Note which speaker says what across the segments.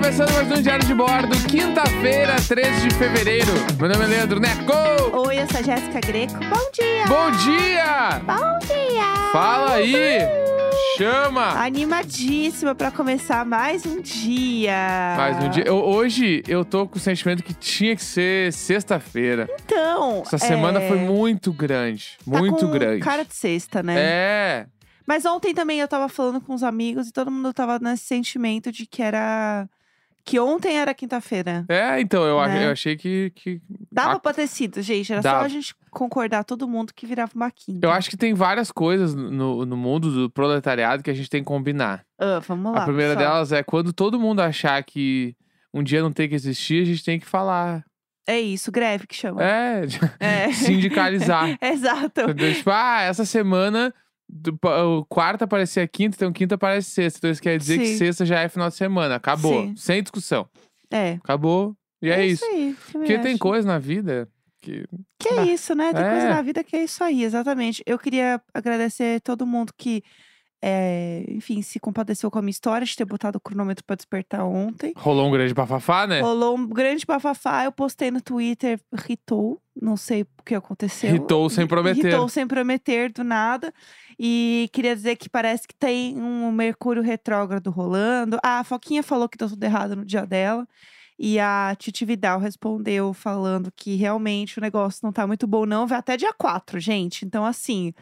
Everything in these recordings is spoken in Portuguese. Speaker 1: mais um Diário de Bordo, quinta-feira, 13 de fevereiro. Meu nome é Leandro Neco.
Speaker 2: Oi, eu sou a Jéssica Greco. Bom dia!
Speaker 1: Bom dia!
Speaker 2: Bom dia!
Speaker 1: Fala aí!
Speaker 2: Uhul!
Speaker 1: Chama!
Speaker 2: Animadíssima pra começar mais um dia.
Speaker 1: Mais um dia. Eu- hoje eu tô com o sentimento que tinha que ser sexta-feira.
Speaker 2: Então.
Speaker 1: Essa
Speaker 2: é,
Speaker 1: semana foi muito grande.
Speaker 2: tá
Speaker 1: Muito
Speaker 2: com
Speaker 1: grande.
Speaker 2: Cara de sexta, né?
Speaker 1: É.
Speaker 2: Mas ontem também eu tava falando com os amigos e todo mundo tava nesse sentimento de que era. Que ontem era quinta-feira.
Speaker 1: É, então, eu, a-
Speaker 2: Né?
Speaker 1: eu achei que, que.
Speaker 2: Dava
Speaker 1: Ah.
Speaker 2: pra ter sido, gente. Era
Speaker 1: Dava.
Speaker 2: só a gente concordar todo mundo que virava uma quinta.
Speaker 1: Eu acho que tem várias coisas no, no mundo do proletariado que a gente tem que combinar.
Speaker 2: Ah, vamos lá.
Speaker 1: A primeira
Speaker 2: pessoal.
Speaker 1: delas é quando todo mundo achar que um dia não tem que existir, a gente tem que falar.
Speaker 2: É isso, greve que chama.
Speaker 1: É, de-
Speaker 2: É.
Speaker 1: sindicalizar.
Speaker 2: Exato.
Speaker 1: entendeu? tipo, ah, essa semana, do- pa- o quarta parecia quinta, então quinta parece sexta. Então isso quer dizer que
Speaker 2: Sim.
Speaker 1: sexta já é final de semana. Acabou.
Speaker 2: Sim.
Speaker 1: Sem discussão.
Speaker 2: É.
Speaker 1: Acabou. E é, isso.
Speaker 2: aí. também
Speaker 1: Porque tem
Speaker 2: acho.
Speaker 1: coisa na vida que.
Speaker 2: Que é isso, né? Tem coisa
Speaker 1: É.
Speaker 2: na vida que é isso aí, exatamente. Eu queria agradecer todo mundo que, eh, enfim, se compadeceu com a minha história de ter botado o cronômetro pra despertar ontem.
Speaker 1: Rolou um grande bafafá, né?
Speaker 2: Rolou um grande bafafá, eu postei no Twitter, ritou, não sei o que aconteceu.
Speaker 1: Ritou sem
Speaker 2: Ri-
Speaker 1: prometer.
Speaker 2: Ritou sem prometer, do nada. E queria dizer que parece que tem um Mercúrio retrógrado rolando. Ah, a Foquinha falou que deu tudo errado no dia dela. E a Titi Vidal respondeu falando que realmente o negócio não tá muito bom não, vai até dia 4, gente. Então assim,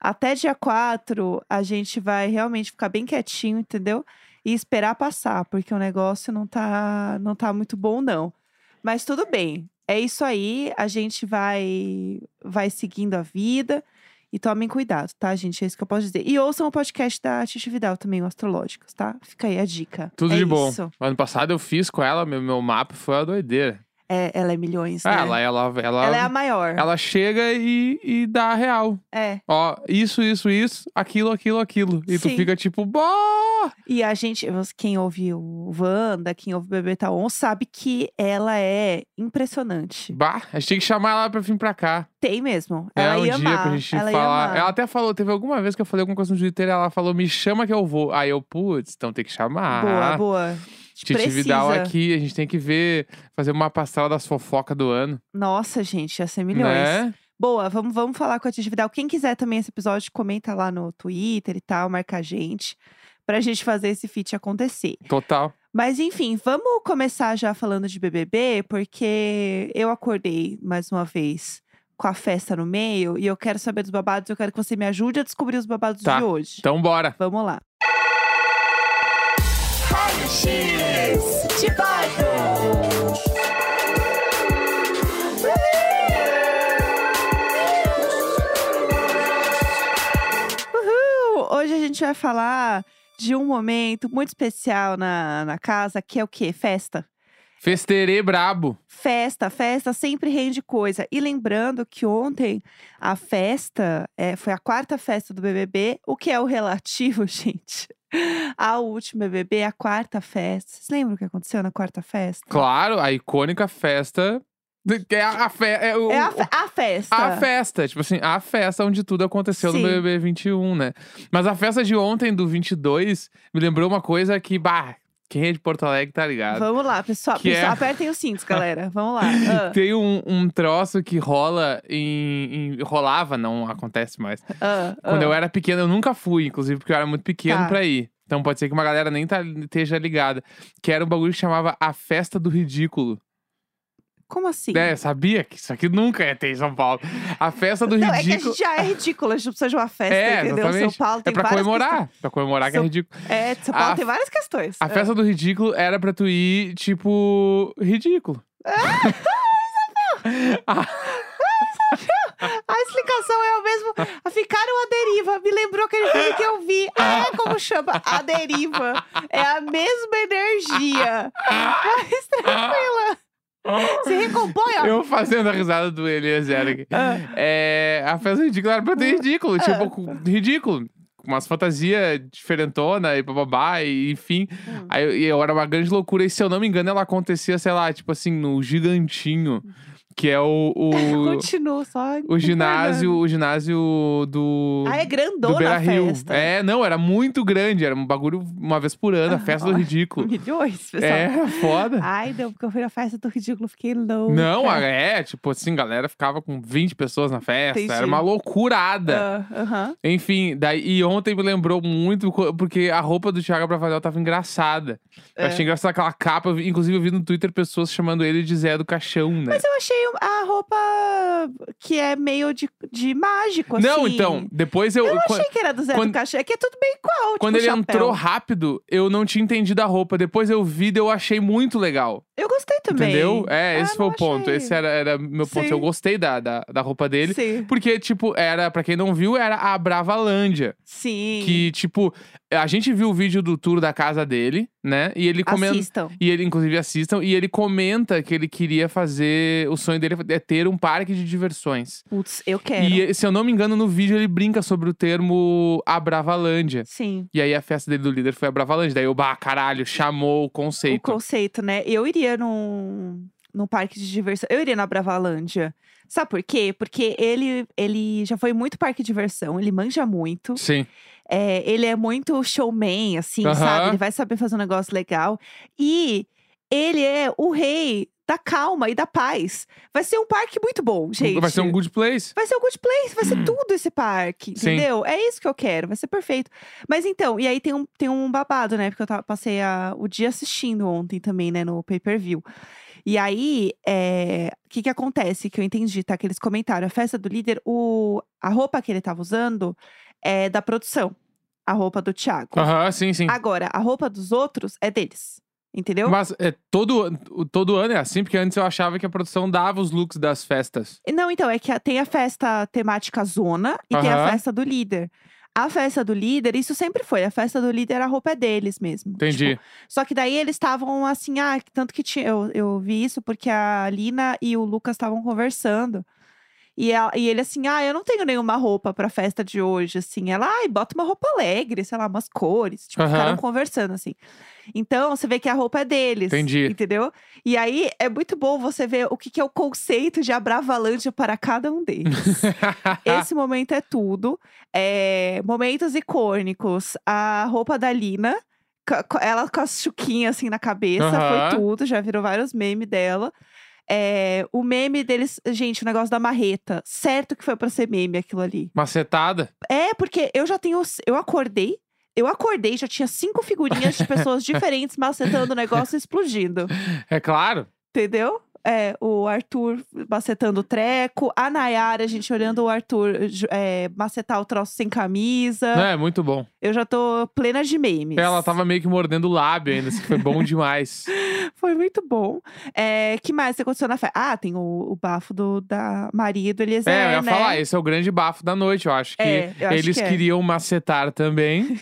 Speaker 2: até dia 4 a gente vai realmente ficar bem quietinho, entendeu? E esperar passar, porque o negócio não tá não tá muito bom não. Mas tudo bem. É isso aí, a gente vai vai seguindo a vida e tomem cuidado, tá, gente? É isso que eu posso dizer. E ouçam o podcast da Titi Vidal também, o Astrológicos, tá? Fica aí a dica.
Speaker 1: Tudo
Speaker 2: É
Speaker 1: de bom.
Speaker 2: isso.
Speaker 1: Ano passado eu fiz com ela, meu, meu mapa foi a doideira.
Speaker 2: É, ela é milhões, né?
Speaker 1: Ah, Ela, ela, ela,
Speaker 2: Ela é a maior.
Speaker 1: ela chega e, e dá a real.
Speaker 2: É.
Speaker 1: Ó, isso, isso, isso, aquilo, aquilo, aquilo. E tu
Speaker 2: Sim.
Speaker 1: fica tipo, bó!
Speaker 2: E a gente, quem ouve o Wanda, quem ouve o Bebê Taon, sabe que ela é impressionante.
Speaker 1: Bah, a gente tem que chamar ela pra vir pra cá.
Speaker 2: Tem mesmo.
Speaker 1: é
Speaker 2: Ela
Speaker 1: um
Speaker 2: ia
Speaker 1: dia
Speaker 2: amar.
Speaker 1: pra gente
Speaker 2: ela ia
Speaker 1: falar.
Speaker 2: amar.
Speaker 1: Ela até falou, teve alguma vez que eu falei alguma coisa no Twitter, ela falou, me chama que eu vou. Aí eu, putz, então tem que chamar.
Speaker 2: Boa, boa.
Speaker 1: Titi
Speaker 2: Precisa.
Speaker 1: Vidal aqui, a gente tem que ver, fazer uma pastela das fofocas do ano.
Speaker 2: Nossa, gente, ia ser milhões.
Speaker 1: Né?
Speaker 2: Boa, vamos, vamos falar com a Titi Vidal. Quem quiser também esse episódio, comenta lá no Twitter e tal, marca a gente. Pra gente fazer esse feat acontecer.
Speaker 1: Total.
Speaker 2: Mas enfim, vamos começar já falando de BBB, porque eu acordei mais uma vez com a festa no meio e eu quero saber dos babados, eu quero que você me ajude a descobrir os babados
Speaker 1: Tá.
Speaker 2: de hoje.
Speaker 1: Então bora.
Speaker 2: Vamos lá. Uhul! Hoje a gente vai falar de um momento muito especial na, na casa, que é o quê? Festa.
Speaker 1: Festerê brabo.
Speaker 2: Festa, festa sempre rende coisa. E lembrando que ontem a festa é, foi a quarta festa do BBB, o que é o relativo, gente, ao último BBB, é a quarta festa. Vocês lembram o que aconteceu na quarta festa?
Speaker 1: Claro, a icônica festa. Que é a, a fe- é o-
Speaker 2: É a, fe- a festa.
Speaker 1: A festa, tipo assim, a festa onde tudo aconteceu
Speaker 2: Sim.
Speaker 1: no BBB 21, né? Mas a festa de ontem, do 22, me lembrou uma coisa que, bah, quem é de Porto Alegre tá ligado.
Speaker 2: Vamos lá, pessoal.
Speaker 1: Que é-
Speaker 2: pessoal, Apertem os cintos, galera. Vamos lá. Ah,
Speaker 1: Tem um, um troço que rola em, em- Rolava, não acontece mais.
Speaker 2: ah, ah.
Speaker 1: Quando eu era pequeno, eu nunca fui, inclusive, porque eu era muito pequeno
Speaker 2: Tá.
Speaker 1: pra ir. Então pode ser que uma galera nem tá, esteja ligada. Que era um bagulho que chamava A Festa do Ridículo.
Speaker 2: Como assim?
Speaker 1: É, sabia que isso aqui nunca ia ter em São Paulo. A Festa do
Speaker 2: Não, é que a
Speaker 1: Ridículo.
Speaker 2: gente já é ridícula, a gente não precisa de uma festa,
Speaker 1: É,
Speaker 2: entendeu? São
Speaker 1: exatamente.
Speaker 2: Paulo
Speaker 1: É
Speaker 2: tem
Speaker 1: pra
Speaker 2: várias
Speaker 1: comemorar. Pra comemorar que é
Speaker 2: São-
Speaker 1: ridículo.
Speaker 2: questões. É, São Paulo
Speaker 1: A
Speaker 2: tem várias questões.
Speaker 1: A festa do ridículo era pra tu ir, tipo, ridículo.
Speaker 2: A explicação é o mesmo. a Ficaram à deriva. Me lembrou aquele filme que eu vi. Ah, é como chama? A deriva. É a mesma energia. Mas tranquila. Se recompõe, ó.
Speaker 1: Eu fazendo a risada do Eliezer aqui. É, a festa do ridículo era pra tu ir ridículo, tipo, com- ridículo. com Umas fantasias diferentona e bababá, e enfim. Aí eu, e eu era uma grande loucura. E se eu não me engano, ela acontecia, sei lá, tipo assim, no gigantinho. Que é o. O,
Speaker 2: Continua só.
Speaker 1: o ginásio. O ginásio do.
Speaker 2: Ah, é
Speaker 1: do
Speaker 2: grandona
Speaker 1: Beira
Speaker 2: a
Speaker 1: Rio.
Speaker 2: festa.
Speaker 1: É, não, era muito grande. Era um bagulho uma vez por
Speaker 2: Ah,
Speaker 1: ano, a festa do ridículo.
Speaker 2: Milhões, pessoal.
Speaker 1: É, era foda.
Speaker 2: Ai, não, porque eu fui na festa do ridículo, fiquei louca.
Speaker 1: Não, a- é, tipo assim, galera ficava com 20 pessoas na festa. Era
Speaker 2: Entendi.
Speaker 1: uma loucurada.
Speaker 2: Ah, Aham.
Speaker 1: Enfim, daí e ontem me lembrou muito, co- porque a roupa do Thiago Bravanel tava engraçada. Eu
Speaker 2: É.
Speaker 1: achei engraçada aquela capa. eu vi- Inclusive, eu vi no Twitter pessoas chamando ele de Zé do Caixão, né?
Speaker 2: Mas eu achei a roupa que é meio de, de mágico, assim.
Speaker 1: Não, então, depois eu.
Speaker 2: Eu não
Speaker 1: quan-
Speaker 2: achei que era do Zé
Speaker 1: quando-
Speaker 2: do Caixão. É que é tudo bem igual.
Speaker 1: Quando ele
Speaker 2: tipo, chapéu.
Speaker 1: entrou rápido, eu não tinha entendido a roupa. Depois eu vi e eu achei muito legal.
Speaker 2: Eu gostei também.
Speaker 1: Entendeu? É,
Speaker 2: Ah,
Speaker 1: esse foi o
Speaker 2: não
Speaker 1: ponto.
Speaker 2: achei.
Speaker 1: Esse era, era meu ponto.
Speaker 2: Sim.
Speaker 1: Eu gostei da, da, da roupa dele.
Speaker 2: Sim.
Speaker 1: Porque, tipo, era, pra quem não viu, era a Bravalândia.
Speaker 2: Sim.
Speaker 1: Que, tipo, a gente viu o vídeo do tour da casa dele, né? E ele comenta.
Speaker 2: Assistam.
Speaker 1: E ele, inclusive, assistam. E ele comenta que ele queria fazer. O sonho dele é ter um parque de diversões.
Speaker 2: Putz, eu quero.
Speaker 1: E, se eu não me engano, no vídeo ele brinca sobre o termo Abravalândia.
Speaker 2: Sim.
Speaker 1: E aí a festa dele do líder foi Abravalândia. Daí eu, bah, caralho, chamou o
Speaker 2: O
Speaker 1: conceito.
Speaker 2: conceito, né? Eu iria num, num parque de diversão. Eu iria na Bravalândia. Sabe por quê? Porque ele, ele já foi muito parque de diversão, ele manja muito.
Speaker 1: Sim.
Speaker 2: É, ele é muito showman, assim,
Speaker 1: Aham.
Speaker 2: sabe? Ele vai saber fazer um negócio legal. E ele é o rei da calma e da paz. Vai ser um parque muito bom, gente.
Speaker 1: Vai ser um good place.
Speaker 2: Vai ser o Good Place, vai ser tudo esse parque,
Speaker 1: Hum. Sim.
Speaker 2: entendeu? É isso que eu quero, vai ser perfeito. Mas então, e aí tem um, tem um babado, né? Porque eu tava- passei a- o dia assistindo ontem também, né, no pay-per-view. E aí, é, o que que acontece? Que eu entendi, tá? Que eles comentaram, a festa do líder, o, a roupa que ele tava usando é da produção. A roupa do Thiago.
Speaker 1: Aham, sim, sim.
Speaker 2: Agora, a roupa dos outros é deles, entendeu?
Speaker 1: Mas é, todo, an- o- todo ano é assim, porque antes eu achava que a produção dava os looks das festas.
Speaker 2: Não, então, é que a- tem a festa temática zona e tem a
Speaker 1: Aham.
Speaker 2: festa do líder. A festa do líder, isso sempre foi. A festa do líder, a roupa é deles mesmo.
Speaker 1: Entendi.
Speaker 2: Tipo, só que daí eles estavam assim, ah, que tanto que tinha. Eu, eu vi isso porque a Lina e o Lucas estavam conversando. E, ela- e ele assim, ah, eu não tenho nenhuma roupa pra festa de hoje, assim. Ela, ai, bota uma roupa alegre, sei lá, umas cores. Tipo,
Speaker 1: Aham.
Speaker 2: ficaram conversando, assim. Então, você vê que a roupa é deles.
Speaker 1: Entendi.
Speaker 2: Entendeu? E aí, é muito bom você ver o que, que é o conceito de abravalândia para cada um deles. Esse momento é tudo. É, momentos icônicos. A roupa da Lina, co- co- ela com as chuquinhas assim na cabeça,
Speaker 1: Aham.
Speaker 2: foi tudo. Já virou vários memes dela. É, o meme deles, gente, o negócio da marreta. Certo que foi pra ser meme aquilo ali.
Speaker 1: Macetada.
Speaker 2: É, porque eu já tenho. Eu acordei. Eu acordei, já tinha cinco figurinhas de pessoas diferentes macetando o negócio e explodindo.
Speaker 1: É claro.
Speaker 2: Entendeu? É, o Arthur macetando o treco, a Nayara, a gente olhando o Arthur ju- é, macetar o troço sem camisa.
Speaker 1: É, muito bom.
Speaker 2: Eu já tô plena de memes.
Speaker 1: Ela tava meio que mordendo o lábio ainda, assim, foi bom demais.
Speaker 2: Foi muito bom. É, que mais aconteceu na festa? Ah, tem o, o bafo do, da Maria do Eliezer,
Speaker 1: É, eu ia
Speaker 2: né?
Speaker 1: falar, esse é o grande bafo da noite, eu acho que
Speaker 2: É, eu acho
Speaker 1: eles
Speaker 2: que é.
Speaker 1: queriam macetar também.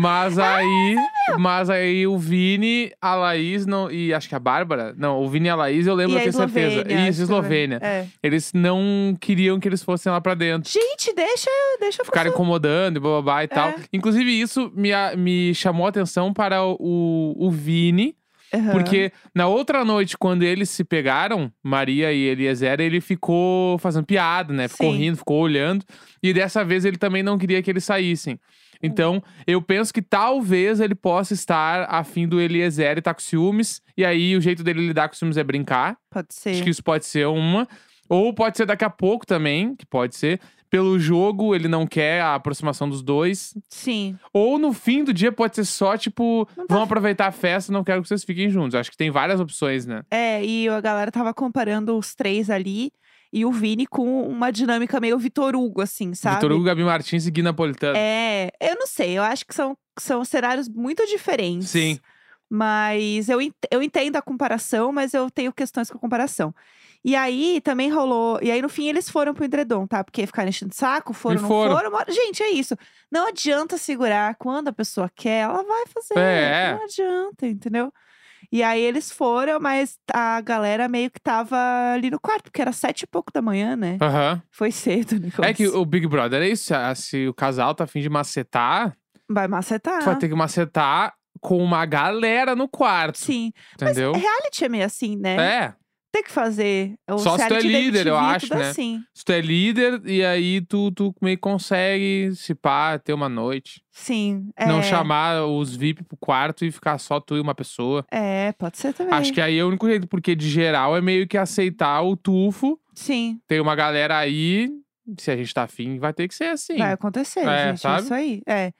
Speaker 1: mas
Speaker 2: Ah,
Speaker 1: aí, mas aí o Vini, a Laís não, e acho que a Bárbara, não, o Vini e a Laís eu lembro,
Speaker 2: E
Speaker 1: eu
Speaker 2: a
Speaker 1: tenho certeza.
Speaker 2: Eslovênia,
Speaker 1: Isso, Eslovênia.
Speaker 2: É.
Speaker 1: Eles não queriam que eles fossem lá pra dentro.
Speaker 2: Gente, deixa eu. Deixa eu
Speaker 1: Ficaram incomodando e blá blá blá e tal.
Speaker 2: Uhum. É.
Speaker 1: Inclusive, isso me, a- me chamou a atenção para o, o Vini,
Speaker 2: um- Aham.
Speaker 1: porque na outra noite, quando eles se pegaram, Maria e Eliezer, ele ficou fazendo piada, né? Ficou
Speaker 2: Sim.
Speaker 1: rindo, ficou olhando. E dessa vez ele também não queria que eles saíssem. Então, eu penso que talvez ele possa estar afim do Eliezer e tá com ciúmes. E aí, o jeito dele lidar com ciúmes é brincar.
Speaker 2: Pode ser.
Speaker 1: Acho que isso pode ser uma. Ou pode ser daqui a pouco também, que pode ser. Pelo jogo, ele não quer a aproximação dos dois.
Speaker 2: Sim.
Speaker 1: Ou no fim do dia pode ser só, tipo,
Speaker 2: Não tá
Speaker 1: vão aproveitar a festa, não quero que vocês fiquem juntos. Acho que tem várias opções, né?
Speaker 2: É, e a galera tava comparando os três ali e o Vini com uma dinâmica meio Vitor Hugo, assim, sabe?
Speaker 1: Vitor Hugo, Gabi Martins e Gui Napolitano.
Speaker 2: É, eu não sei, eu acho que são, são cenários muito diferentes.
Speaker 1: Sim.
Speaker 2: Mas eu, en- eu entendo a comparação, mas eu tenho questões com a comparação. E aí também rolou. E aí no fim eles foram pro Endredom, tá? Porque ficaram enchendo o saco, foram, não
Speaker 1: foram.
Speaker 2: foram. bora- Gente, é isso. Não adianta segurar. Quando a pessoa quer, ela vai fazer.
Speaker 1: É.
Speaker 2: Não adianta, entendeu? E aí eles foram, mas a galera meio que tava ali no quarto, porque era sete e pouco da manhã, né?
Speaker 1: Aham.
Speaker 2: Foi cedo, Nicolas.
Speaker 1: É que o Big Brother é isso. ah, Se o casal tá afim de macetar,
Speaker 2: Vai macetar.
Speaker 1: tu vai ter que macetar com uma galera no quarto.
Speaker 2: Sim.
Speaker 1: Entendeu?
Speaker 2: Mas reality é meio assim, né?
Speaker 1: é.
Speaker 2: Tem que fazer. O
Speaker 1: Só se tu é
Speaker 2: CLT
Speaker 1: líder,
Speaker 2: demitir
Speaker 1: eu
Speaker 2: tudo
Speaker 1: acho, né?
Speaker 2: Assim.
Speaker 1: Se tu é líder, e aí tu, tu meio que consegue se pá, ter uma noite.
Speaker 2: Sim. É,
Speaker 1: Não chamar os VIP pro quarto e ficar só tu e uma pessoa.
Speaker 2: É, pode ser também.
Speaker 1: Acho que aí é o único jeito, porque de geral é meio que aceitar o tufo.
Speaker 2: Sim,
Speaker 1: Tem uma galera aí, se a gente tá afim, vai ter que ser assim.
Speaker 2: vai acontecer,
Speaker 1: É,
Speaker 2: gente.
Speaker 1: sabe?
Speaker 2: É isso aí. É.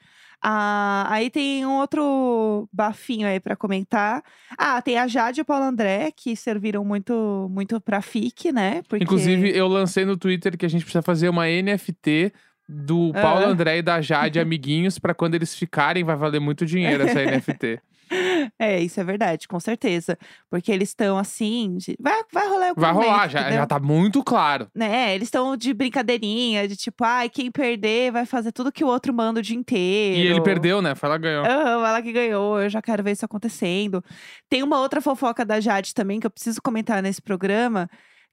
Speaker 2: Ah, aí tem um outro bafinho aí pra comentar. Ah, tem a Jade e o Paulo André, que serviram muito, muito pra FIC, né? Porque...
Speaker 1: Inclusive, eu lancei no Twitter que a gente precisa fazer uma NFT do Paulo
Speaker 2: Aham.
Speaker 1: André e da Jade amiguinhos pra quando eles ficarem vai valer muito dinheiro essa NFT.
Speaker 2: É, isso é verdade, com certeza. Porque eles estão assim. de- Vai, vai rolar algum
Speaker 1: Vai rolar,
Speaker 2: momento,
Speaker 1: já,
Speaker 2: entendeu?
Speaker 1: já tá muito claro.
Speaker 2: Né, eles estão de brincadeirinha, de tipo, ai, quem perder vai fazer tudo que o outro manda o dia inteiro.
Speaker 1: E ele perdeu, né? Foi lá que ganhou.
Speaker 2: Aham, ela que ganhou, eu já quero ver isso acontecendo. Tem uma outra fofoca da Jade também que eu preciso comentar nesse programa,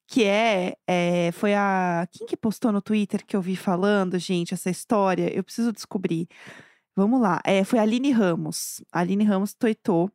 Speaker 2: que é, é, foi a quem que postou no Twitter que eu vi falando, gente, essa história, eu preciso descobrir. Vamos lá, é, foi a Aline Ramos. A Aline Ramos tweetou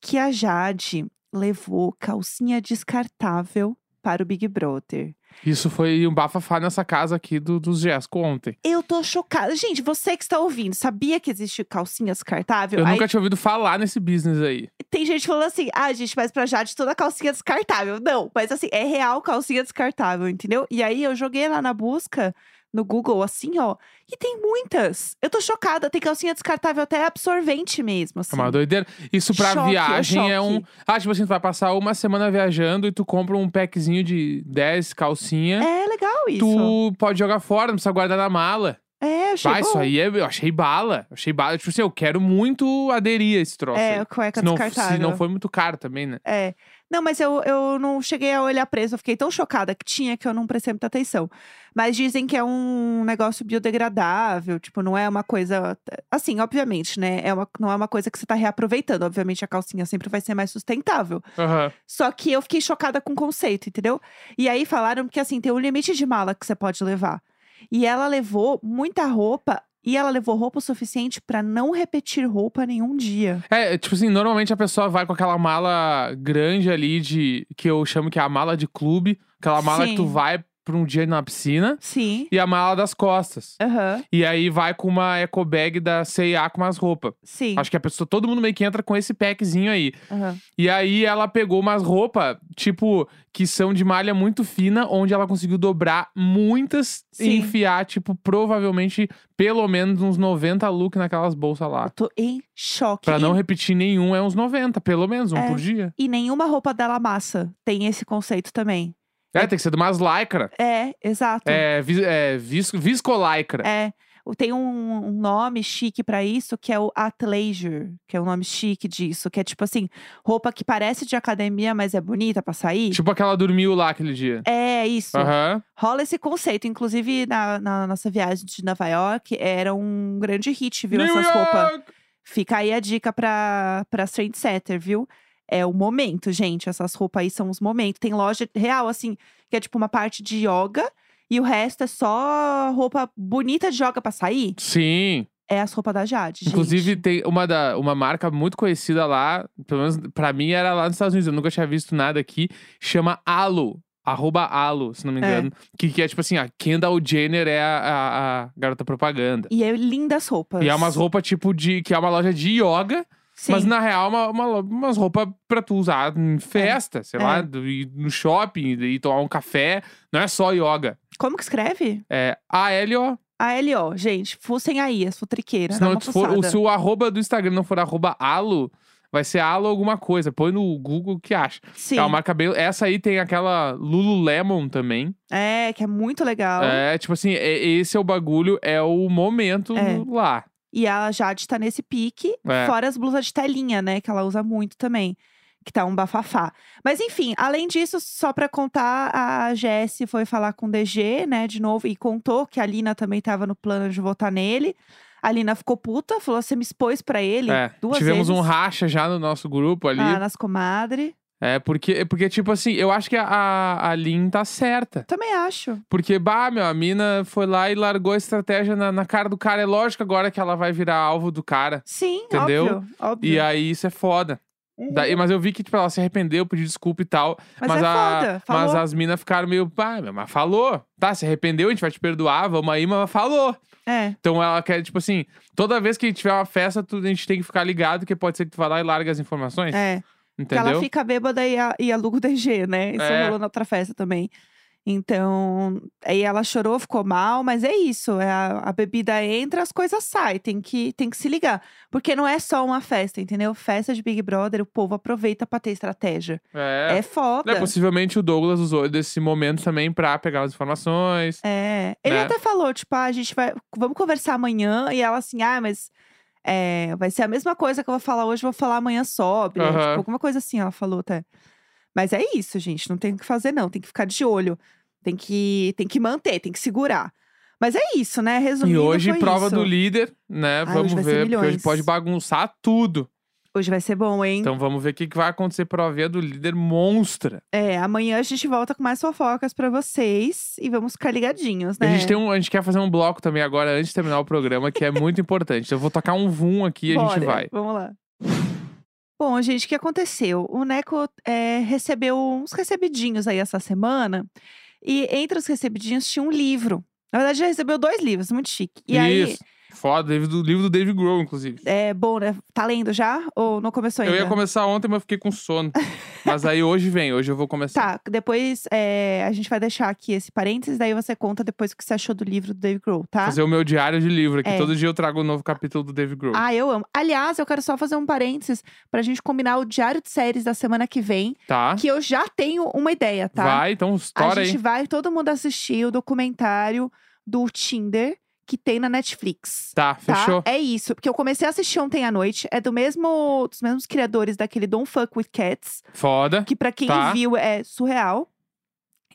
Speaker 2: que a Jade levou calcinha descartável para o Big Brother.
Speaker 1: Isso foi um bafafá nessa casa aqui do, dos Gesco ontem.
Speaker 2: Eu tô chocada. Gente, você que está ouvindo, sabia que existe calcinha descartável?
Speaker 1: Eu
Speaker 2: Aí
Speaker 1: nunca tinha ouvido falar nesse business aí.
Speaker 2: tem gente falando assim, ah, gente, mas pra Jade toda calcinha é descartável. Não, mas assim, é real calcinha descartável, entendeu? E aí eu joguei lá na busca, no Google, assim, ó, e tem muitas. Eu tô chocada, tem calcinha descartável até absorvente mesmo, assim.
Speaker 1: É uma doideira. Isso pra
Speaker 2: Choque, é
Speaker 1: viagem é um.
Speaker 2: choque.
Speaker 1: Ah, tipo assim, tu vai passar uma semana viajando e tu compra um packzinho de 10 calcinha.
Speaker 2: É legal isso.
Speaker 1: Tu pode jogar fora, não precisa guardar na mala.
Speaker 2: É, achei
Speaker 1: Vai,
Speaker 2: bom.
Speaker 1: isso aí é, eu achei bala. Achei bala. Tipo assim, eu quero muito aderir a esse troço.
Speaker 2: É,
Speaker 1: aí.
Speaker 2: o cueca
Speaker 1: se não,
Speaker 2: descartável.
Speaker 1: se não foi muito caro também, né?
Speaker 2: É. Não, mas eu, eu não cheguei a olhar preso. Eu fiquei tão chocada que tinha que eu não prestei muita atenção. Mas dizem que é um negócio biodegradável, tipo, não é uma coisa. Assim, obviamente, né? É uma, não é uma coisa que você tá reaproveitando. Obviamente, a calcinha sempre vai ser mais sustentável.
Speaker 1: Aham.
Speaker 2: Só que eu fiquei chocada com o conceito, entendeu? E aí falaram que, assim, tem um limite de mala que você pode levar. E ela levou muita roupa. E ela levou roupa o suficiente pra não repetir roupa nenhum dia.
Speaker 1: É, tipo assim, normalmente a pessoa vai com aquela mala grande ali de. que eu chamo que é a mala de clube. Aquela mala que tu
Speaker 2: Sim.
Speaker 1: vai pra um dia na piscina.
Speaker 2: Sim.
Speaker 1: E a mala das costas.
Speaker 2: Aham.
Speaker 1: E aí vai com uma eco bag da C&A com umas roupas.
Speaker 2: Sim.
Speaker 1: Acho que a pessoa, todo mundo meio que entra com esse packzinho aí.
Speaker 2: Aham.
Speaker 1: E aí ela pegou umas roupas, tipo, que são de malha muito fina, onde ela conseguiu dobrar muitas e
Speaker 2: Sim.
Speaker 1: enfiar, tipo, provavelmente pelo menos uns 90 look naquelas bolsas lá.
Speaker 2: Eu tô em choque.
Speaker 1: Pra
Speaker 2: E-
Speaker 1: não repetir nenhum, é uns 90, pelo menos, um
Speaker 2: É.
Speaker 1: por dia.
Speaker 2: E nenhuma roupa dela massa tem esse conceito também.
Speaker 1: É, tem que ser de umas lycra.
Speaker 2: É, exato.
Speaker 1: É, vis, é vis, viscolycra.
Speaker 2: É. O- Tem um, um nome chique pra isso, que é o athleisure, que é o nome chique disso, que é tipo assim, roupa que parece de academia, mas é bonita pra sair.
Speaker 1: Tipo aquela dormiu lá aquele dia.
Speaker 2: É isso.
Speaker 1: Aham.
Speaker 2: Rola esse conceito. Inclusive, na, na nossa viagem de Nova York, era um grande hit, viu?
Speaker 1: New
Speaker 2: essas roupas.
Speaker 1: York!
Speaker 2: Fica aí a dica pra, pra trendsetter, viu? É o momento, gente. Essas roupas aí são os momentos. Tem loja real, assim, que é tipo uma parte de yoga e o resto é só roupa bonita de yoga pra sair.
Speaker 1: Sim.
Speaker 2: É as roupas da Jade,
Speaker 1: Inclusive,
Speaker 2: gente.
Speaker 1: tem uma, da, uma marca muito conhecida lá, pelo menos pra mim era lá nos Estados Unidos, eu nunca tinha visto nada aqui, chama Alo. Arroba Alo, se não me
Speaker 2: É.
Speaker 1: engano. Que, que é tipo assim, a Kendall Jenner é a, a- a garota propaganda.
Speaker 2: E é lindas roupas.
Speaker 1: E é umas roupas tipo de. que é uma loja de yoga,
Speaker 2: Sim.
Speaker 1: mas na real, é uma, uma lo- umas roupas pra tu usar em festa, sei
Speaker 2: É.
Speaker 1: lá, do- ir no shopping, e tomar um café. Não é só yoga.
Speaker 2: Como que escreve?
Speaker 1: É A-L-O.
Speaker 2: A L.O. Gente, fussem aí, as futriqueiras.
Speaker 1: Se,
Speaker 2: dá
Speaker 1: não
Speaker 2: uma
Speaker 1: tu for-
Speaker 2: fuçada.
Speaker 1: se o arroba do Instagram não for arroba alo, vai ser alo alguma coisa. Põe no Google que acha.
Speaker 2: Sim.
Speaker 1: É uma marca bem... Essa aí tem aquela Lululemon também.
Speaker 2: É, que é muito legal.
Speaker 1: É, tipo assim, é- esse é o bagulho, é o momento
Speaker 2: É.
Speaker 1: lá.
Speaker 2: E a Jade tá nesse pique,
Speaker 1: É.
Speaker 2: fora as blusas de telinha, né? Que ela usa muito também. Que tá um bafafá. Mas enfim, além disso, só pra contar, a Jessie foi falar com o DG, né, de novo, e contou que a Lina também tava no plano de votar nele. A Lina ficou puta, falou: você me expôs pra ele
Speaker 1: É.
Speaker 2: duas
Speaker 1: Tivemos um
Speaker 2: vezes.
Speaker 1: racha já no nosso grupo ali.
Speaker 2: ah, nas comadre.
Speaker 1: É, porque, porque, tipo assim, eu acho que a- a, a Lin tá certa.
Speaker 2: Também acho.
Speaker 1: Porque, bah, meu, a mina foi lá e largou a estratégia na, na cara do cara. É lógico agora que ela vai virar alvo do cara.
Speaker 2: Sim,
Speaker 1: Entendeu?
Speaker 2: óbvio. óbvio.
Speaker 1: E aí isso é foda. Daí, mas eu vi que, tipo, ela se arrependeu, pediu desculpa e tal.
Speaker 2: Mas, é
Speaker 1: a-
Speaker 2: foda. Falou.
Speaker 1: mas as minas ficaram meio, pá, meu, mas falou. Tá, se arrependeu, a gente vai te perdoar, vamos aí, mas falou.
Speaker 2: É.
Speaker 1: Então ela quer, tipo assim, toda vez que tiver uma festa, tu- a gente tem que ficar ligado, porque pode ser que tu vá lá e larga as informações.
Speaker 2: É. Porque
Speaker 1: Entendeu?
Speaker 2: ela fica bêbada e, a, e aluga o DG, né? Isso
Speaker 1: É.
Speaker 2: rolou na outra festa também. Então, aí ela chorou, ficou mal, mas é isso. é a, a bebida entra, as coisas saem. Tem que, tem que se ligar. Porque não é só uma festa, entendeu? Festa de Big Brother, o povo aproveita pra ter estratégia. É,
Speaker 1: É.
Speaker 2: foda.
Speaker 1: É, possivelmente o Douglas usou desse momento também pra pegar as informações.
Speaker 2: É. Ele
Speaker 1: né?
Speaker 2: até falou, tipo, ah, a gente vai. Vamos conversar amanhã. E ela assim, ah, mas é, vai ser a mesma coisa que eu vou falar hoje, vou falar amanhã sobre. né?
Speaker 1: Aham.
Speaker 2: Tipo, alguma coisa assim, ela falou até. Mas é isso, gente. Não tem o que fazer, não. Tem que ficar de olho. Tem que, tem que manter, tem que segurar. Mas é isso, né? Resumindo.
Speaker 1: e hoje,
Speaker 2: foi
Speaker 1: prova
Speaker 2: isso.
Speaker 1: do líder, né?
Speaker 2: hoje
Speaker 1: vamos
Speaker 2: vai ser
Speaker 1: ver, porque hoje
Speaker 2: milhões.
Speaker 1: pode bagunçar tudo.
Speaker 2: Hoje vai ser bom, hein?
Speaker 1: Então vamos ver o que que vai acontecer. Provinha do líder monstra.
Speaker 2: É, amanhã a gente volta com mais fofocas pra vocês e vamos ficar ligadinhos,
Speaker 1: E
Speaker 2: né?
Speaker 1: A gente, tem um, a gente quer fazer um bloco também agora, antes de terminar o programa, que é muito importante. Então eu vou tocar um vum aqui e a gente
Speaker 2: Bora,
Speaker 1: vai.
Speaker 2: Vamos lá. Bom, gente, o que aconteceu? O Neco é, recebeu uns recebidinhos aí essa semana. E entre os recebidinhos tinha um livro. Na verdade, já recebeu dois livros, muito chique. E aí,
Speaker 1: Isso. Foda, livro do, livro do Dave Grohl, inclusive.
Speaker 2: é bom, né? Tá lendo já? Ou não começou
Speaker 1: Eu
Speaker 2: ainda?
Speaker 1: ia começar ontem, mas fiquei com sono. Mas aí hoje vem, hoje eu vou começar.
Speaker 2: Tá, depois é, a gente vai deixar aqui esse parênteses, daí você conta depois o que você achou do livro do Dave Grohl, tá?
Speaker 1: Fazer o meu diário de livro aqui.
Speaker 2: É.
Speaker 1: Todo dia eu trago um novo capítulo do Dave Grohl.
Speaker 2: Ah, eu amo. Aliás, eu quero só fazer um parênteses pra gente combinar o diário de séries da semana que vem,
Speaker 1: tá?
Speaker 2: que eu já tenho uma ideia, tá?
Speaker 1: Vai, então estoura
Speaker 2: a gente
Speaker 1: aí.
Speaker 2: vai todo mundo assistir o documentário do Tinder que tem na Netflix.
Speaker 1: Tá,
Speaker 2: Tá?
Speaker 1: fechou.
Speaker 2: É isso. Porque eu comecei a assistir ontem à noite. É do mesmo, dos mesmos criadores daquele Don't Fuck With Cats.
Speaker 1: Foda.
Speaker 2: Que pra quem
Speaker 1: Tá.
Speaker 2: viu é surreal.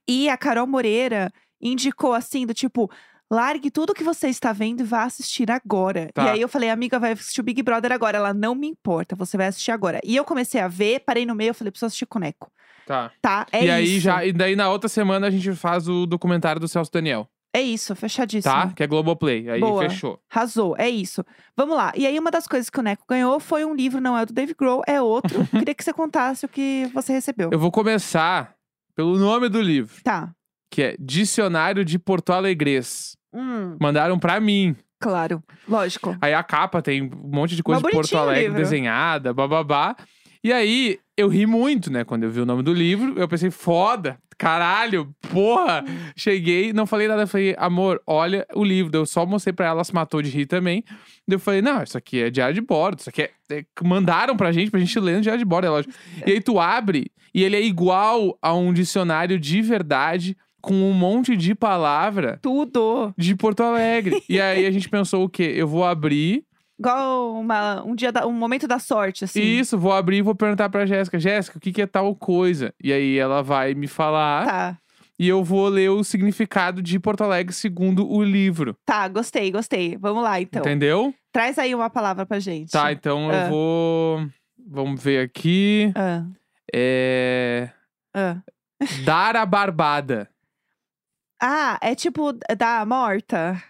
Speaker 2: E a Carol Moreira indicou assim, do tipo... Largue tudo que você está vendo e vá assistir agora.
Speaker 1: Tá.
Speaker 2: E aí eu falei, amiga, vai assistir o Big Brother agora. Ela, não me importa, você vai assistir agora. E eu comecei a ver, parei no meio, eu falei, preciso assistir Coneco.
Speaker 1: Tá.
Speaker 2: Tá? É
Speaker 1: e
Speaker 2: isso.
Speaker 1: aí já, e daí na outra semana a gente faz o documentário do Celso Daniel,
Speaker 2: É isso, fechadíssimo.
Speaker 1: tá? Que é Globoplay. Aí
Speaker 2: Boa.
Speaker 1: fechou.
Speaker 2: Arrasou, é isso. Vamos lá. E aí, uma das coisas que o Neco ganhou foi um livro, não é o do Dave Grohl, é outro. Queria que você contasse o que você recebeu.
Speaker 1: Eu vou começar pelo nome do livro,
Speaker 2: Tá.
Speaker 1: que é Dicionário de Porto Alegrês.
Speaker 2: Hum,
Speaker 1: Mandaram pra mim.
Speaker 2: claro. Lógico.
Speaker 1: Aí a capa tem um monte de coisa
Speaker 2: Mas
Speaker 1: de Porto
Speaker 2: bonitinho o
Speaker 1: Alegre
Speaker 2: livro.
Speaker 1: desenhada, bababá. E aí, eu ri muito, né? Quando eu vi o nome do livro, eu pensei, foda, caralho, porra. Cheguei, não falei nada, falei, amor, olha o livro. Daí Eu só mostrei pra ela, ela se matou de rir também. Daí Eu falei, não, isso aqui é diário de bordo, isso aqui é. é- que mandaram pra gente, pra gente ler no diário de bordo, é lógico. E aí tu abre e ele é igual a um dicionário de verdade, com um monte de palavra
Speaker 2: Tudo.
Speaker 1: de Porto Alegre. e aí a gente pensou o quê? Eu vou abrir.
Speaker 2: Igual uma- um dia, da- um momento da sorte, assim.
Speaker 1: Isso, vou abrir e vou perguntar pra Jéssica. Jéssica, o que, que é tal coisa? E aí ela vai me falar
Speaker 2: Tá,
Speaker 1: e eu vou ler o significado de Porto Alegre segundo o livro.
Speaker 2: tá, gostei, gostei. Vamos lá, então.
Speaker 1: Entendeu?
Speaker 2: Traz aí uma palavra pra gente.
Speaker 1: Tá, então
Speaker 2: Ah.
Speaker 1: eu vou. Vamos ver aqui.
Speaker 2: Ah,
Speaker 1: É.
Speaker 2: ah.
Speaker 1: Dar a barbada.
Speaker 2: Ah, é tipo da morta.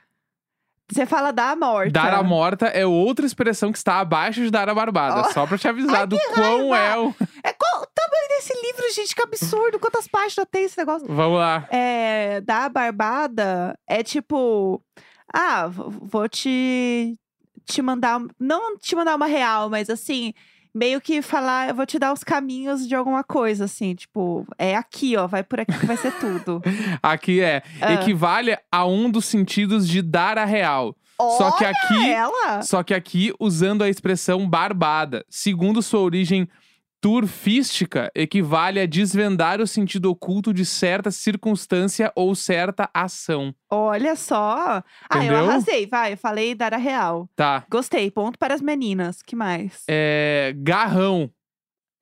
Speaker 2: Você fala da morta.
Speaker 1: Dar a morta é outra expressão que está abaixo de dar a barbada.
Speaker 2: Ó.
Speaker 1: Só pra te avisar do quão é o.
Speaker 2: É qual o tamanho desse livro, gente? Que absurdo. Quantas páginas tem esse negócio?
Speaker 1: Vamos lá.
Speaker 2: é, dar a barbada é tipo. Ah, v- vou te, te mandar. um, Não te mandar uma real, mas assim, meio que falar, eu vou te dar os caminhos de alguma coisa, assim, tipo, é aqui, ó, vai por aqui que vai ser tudo.
Speaker 1: Aqui é.
Speaker 2: Ah.
Speaker 1: Equivale a um dos sentidos de dar a real. Só que
Speaker 2: Olha
Speaker 1: aqui,
Speaker 2: ela!
Speaker 1: só que aqui usando a expressão barbada, segundo sua origem turfística, equivale a desvendar o sentido oculto de certa circunstância ou certa ação.
Speaker 2: Olha só! Ah, eu
Speaker 1: Entendeu?
Speaker 2: arrasei, vai, falei dar a real.
Speaker 1: Tá.
Speaker 2: Gostei, ponto para as meninas. que mais?
Speaker 1: É, garrão.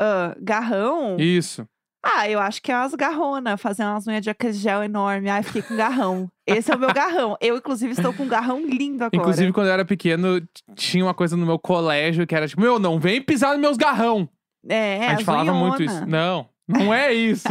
Speaker 2: Ah, garrão?
Speaker 1: Isso.
Speaker 2: Ah, eu acho que é umas garronas, fazer umas unhas de aquele gel enorme. Ai, fiquei com garrão. Esse é o meu garrão. Eu, inclusive, estou com um garrão lindo agora.
Speaker 1: Inclusive, quando eu era pequeno, t- tinha uma coisa no meu colégio que era tipo, meu, não vem pisar nos meus garrão.
Speaker 2: é,
Speaker 1: a gente
Speaker 2: as
Speaker 1: falava muito
Speaker 2: unhonas.
Speaker 1: isso. né? Não. Não é isso.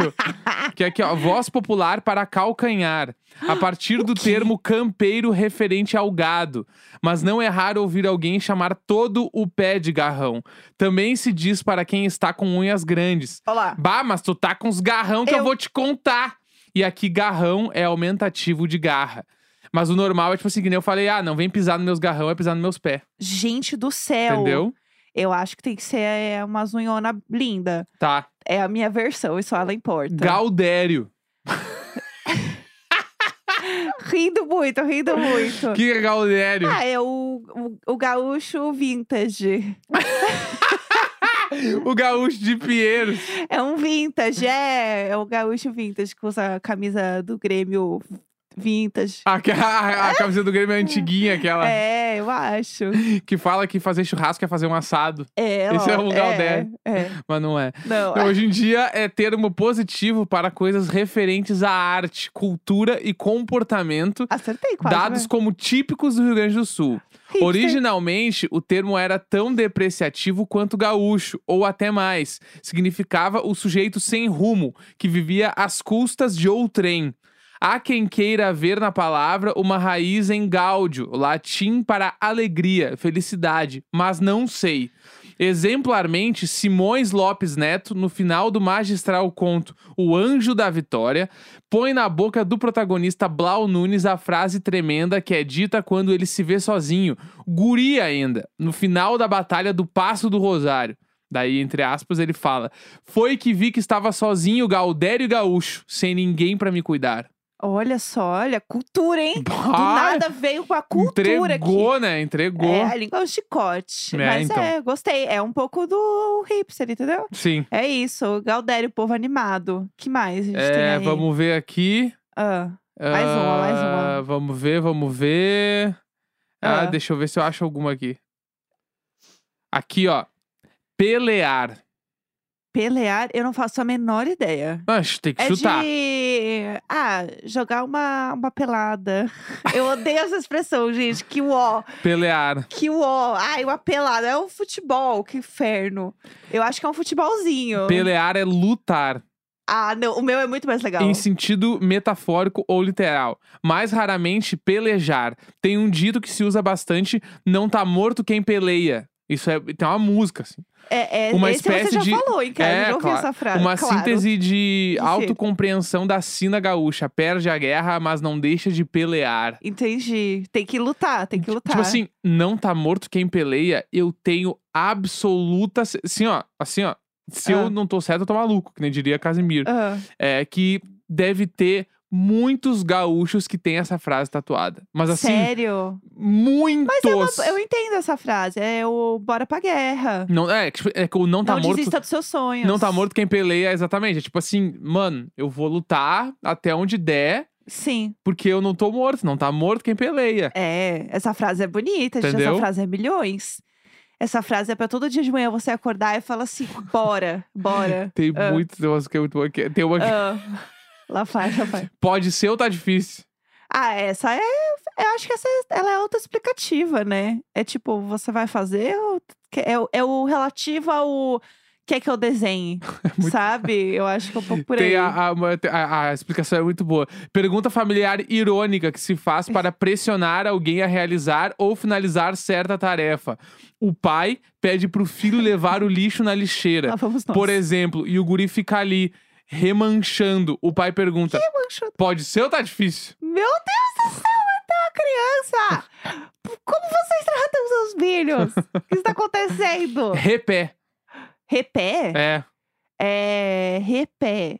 Speaker 1: que aqui, ó, voz popular para calcanhar. A partir do termo campeiro referente ao gado. Mas não é raro ouvir alguém chamar todo o pé de garrão. Também se diz para quem está com unhas grandes.
Speaker 2: Olha lá.
Speaker 1: Bah, mas tu tá com uns garrão que eu,
Speaker 2: Eu-
Speaker 1: vou te contar. E aqui, garrão é aumentativo de garra. Mas o normal é tipo assim, que nem eu falei, ah, não vem pisar nos meus garrão, é pisar nos meus pés.
Speaker 2: Gente do céu.
Speaker 1: Entendeu?
Speaker 2: Eu acho que tem que ser é, uma zunhona linda.
Speaker 1: Tá.
Speaker 2: É a minha versão, isso ela importa.
Speaker 1: Gaudério.
Speaker 2: Rindo muito, rindo muito.
Speaker 1: Que é Gaudério?
Speaker 2: Ah, é o, o, o gaúcho vintage.
Speaker 1: O gaúcho de Pinheiros.
Speaker 2: É um vintage, é. É o gaúcho vintage que usa a camisa do Grêmio vintage.
Speaker 1: A, a, a camiseta do Grêmio é antiguinha, aquela
Speaker 2: É, eu acho.
Speaker 1: que fala que fazer churrasco é fazer um assado,
Speaker 2: É,
Speaker 1: Esse
Speaker 2: ó,
Speaker 1: é o Galdério.
Speaker 2: É, é.
Speaker 1: mas não é.
Speaker 2: Não,
Speaker 1: Então, hoje em dia é termo positivo para coisas referentes à arte, cultura e comportamento,
Speaker 2: acertei quase.
Speaker 1: dados como típicos do Rio Grande do Sul.
Speaker 2: né?
Speaker 1: Originalmente, o termo era tão depreciativo quanto gaúcho, ou até mais. Significava o sujeito sem rumo, que vivia às custas de outrem. Há quem queira ver na palavra uma raiz em gáudio, latim para alegria, felicidade, mas não sei. Exemplarmente, Simões Lopes Neto, no final do magistral conto O Anjo da Vitória, põe na boca do protagonista Blau Nunes a frase tremenda que é dita quando ele se vê sozinho, guri ainda, no final da Batalha do Passo do Rosário. Daí, entre aspas, ele fala: Foi que vi que estava sozinho, Gaudério e Gaúcho, sem ninguém pra me cuidar.
Speaker 2: Olha só, olha, cultura, hein? Então, Do nada veio com a cultura
Speaker 1: Ah, entregou,
Speaker 2: aqui.
Speaker 1: né? Entregou.
Speaker 2: É, a língua é um chicote.
Speaker 1: É,
Speaker 2: Mas
Speaker 1: então.
Speaker 2: é, gostei. É um pouco do hipster, entendeu?
Speaker 1: Sim.
Speaker 2: É isso, Galdério, povo animado. Que mais a gente tem
Speaker 1: É,
Speaker 2: aí?
Speaker 1: vamos ver aqui.
Speaker 2: Ah, Mais uma,
Speaker 1: Ah,
Speaker 2: mais uma.
Speaker 1: Vamos ver, vamos ver. Ah,
Speaker 2: Ah.
Speaker 1: deixa eu ver se eu acho alguma aqui. Aqui, ó. Pelear.
Speaker 2: pelear, eu não faço a menor ideia.
Speaker 1: Mas tem que
Speaker 2: É
Speaker 1: chutar.
Speaker 2: de... Ah, jogar uma, uma pelada. Eu odeio essa expressão, gente. Que uó,
Speaker 1: Pelear.
Speaker 2: que uó. Ai, uma pelada. É um futebol, que inferno. Eu acho que é um futebolzinho.
Speaker 1: Pelear é lutar.
Speaker 2: Ah, não, o meu é muito mais legal.
Speaker 1: Em sentido metafórico ou literal. Mais raramente, pelejar. Tem um dito que se usa bastante: não tá morto quem peleia. Isso é. Tem uma música, assim.
Speaker 2: É, é,
Speaker 1: uma
Speaker 2: esse
Speaker 1: espécie
Speaker 2: você já
Speaker 1: de-
Speaker 2: falou, hein, cara?
Speaker 1: É,
Speaker 2: eu já ouvi
Speaker 1: claro.
Speaker 2: essa frase.
Speaker 1: Uma
Speaker 2: claro.
Speaker 1: síntese de
Speaker 2: Sim.
Speaker 1: autocompreensão da sina gaúcha. Perde a guerra, mas não deixa de pelear.
Speaker 2: Entendi. Tem que lutar, tem que lutar.
Speaker 1: Tipo assim, não tá morto quem peleia, eu tenho absoluta. ce- Assim, ó, assim, ó. Se eu
Speaker 2: Ah.
Speaker 1: não tô certo, eu tô maluco, que nem diria Casimiro.
Speaker 2: Ah.
Speaker 1: É que deve ter muitos gaúchos que tem essa frase tatuada. Mas assim,
Speaker 2: Sério?
Speaker 1: muitos.
Speaker 2: Mas é uma- eu entendo essa frase. É o bora pra guerra.
Speaker 1: não, é, tipo, é que o não tá
Speaker 2: não
Speaker 1: morto.
Speaker 2: desista dos seus sonhos.
Speaker 1: Não tá morto quem peleia, exatamente. É tipo assim, mano, eu vou lutar até onde der,
Speaker 2: Sim.
Speaker 1: porque eu não tô morto. Não tá morto quem peleia.
Speaker 2: É, essa frase é bonita, gente.
Speaker 1: Entendeu?
Speaker 2: Essa frase é milhões. Essa frase é pra todo dia de manhã você acordar e falar assim: bora, bora.
Speaker 1: Tem
Speaker 2: Ah.
Speaker 1: muitos. Nossa, que é muito bom. aqui. Tem uma que
Speaker 2: Ah, lá vai, lá vai.
Speaker 1: pode ser ou tá difícil.
Speaker 2: Ah, essa é. Eu acho que essa é- ela é autoexplicativa, né? É tipo, você vai fazer. ou- que- É, o- é o relativo ao. Quer que eu desenhe? sabe? Eu acho que é um pouco por aí.
Speaker 1: Tem a, a- uma- te- a- a explicação é muito boa. Pergunta familiar irônica que se faz para pressionar alguém a realizar ou finalizar certa tarefa. O pai pede pro filho levar o lixo na lixeira.
Speaker 2: Lá vamos nós.
Speaker 1: Por exemplo, e o guri fica ali remanchando. O pai pergunta:
Speaker 2: Mancha-
Speaker 1: pode ser ou tá difícil?
Speaker 2: Meu Deus do céu, até uma criança! Como vocês tratam seus filhos? O que está acontecendo?
Speaker 1: Repé.
Speaker 2: Repé?
Speaker 1: É.
Speaker 2: É. Repé.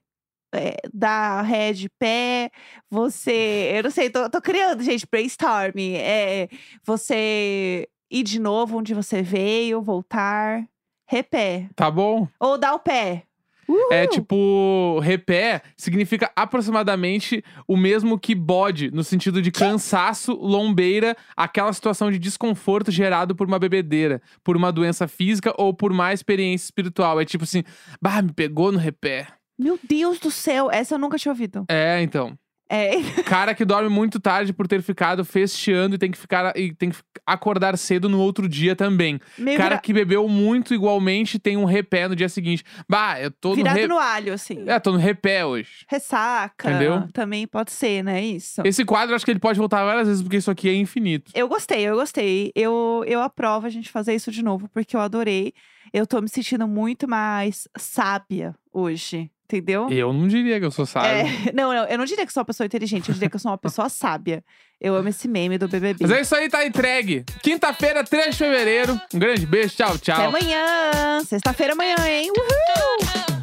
Speaker 2: É, dá ré de pé, você. Eu não sei, tô, tô criando, gente, brainstorm. É, você ir de novo onde você veio, voltar. Repé.
Speaker 1: Tá bom?
Speaker 2: Ou dar o pé. Uhul.
Speaker 1: É tipo, repé significa aproximadamente o mesmo que bode, no sentido de cansaço, lombeira, aquela situação de desconforto gerado por uma bebedeira, por uma doença física ou por má experiência espiritual. É tipo assim, bah, me pegou no repé.
Speaker 2: Meu Deus do céu, essa eu nunca tinha ouvido.
Speaker 1: É, então.
Speaker 2: É,
Speaker 1: Cara que dorme muito tarde por ter ficado festeando e tem que ficar e tem que acordar cedo no outro dia também.
Speaker 2: meio
Speaker 1: Cara
Speaker 2: vira-
Speaker 1: que bebeu muito igualmente e tem um repé no dia seguinte. Bah, eu tô
Speaker 2: virado
Speaker 1: no, re...
Speaker 2: no alho, assim.
Speaker 1: É, tô no repé hoje.
Speaker 2: Ressaca.
Speaker 1: Entendeu?
Speaker 2: Também pode ser, né? Isso.
Speaker 1: Esse quadro acho que ele pode voltar várias vezes porque isso aqui é infinito.
Speaker 2: Eu gostei, eu gostei. Eu, eu aprovo a gente fazer isso de novo, porque eu adorei. Eu tô me sentindo muito mais sábia hoje, entendeu?
Speaker 1: Eu não diria que eu sou sábio.
Speaker 2: É, não, não, eu não diria que sou uma pessoa inteligente, eu diria que eu sou uma pessoa sábia. Eu amo esse meme do BBB.
Speaker 1: Mas é isso aí, tá entregue. Quinta-feira, 3 de fevereiro. Um grande beijo, tchau, tchau.
Speaker 2: Até amanhã! Sexta-feira amanhã, hein? Uhul!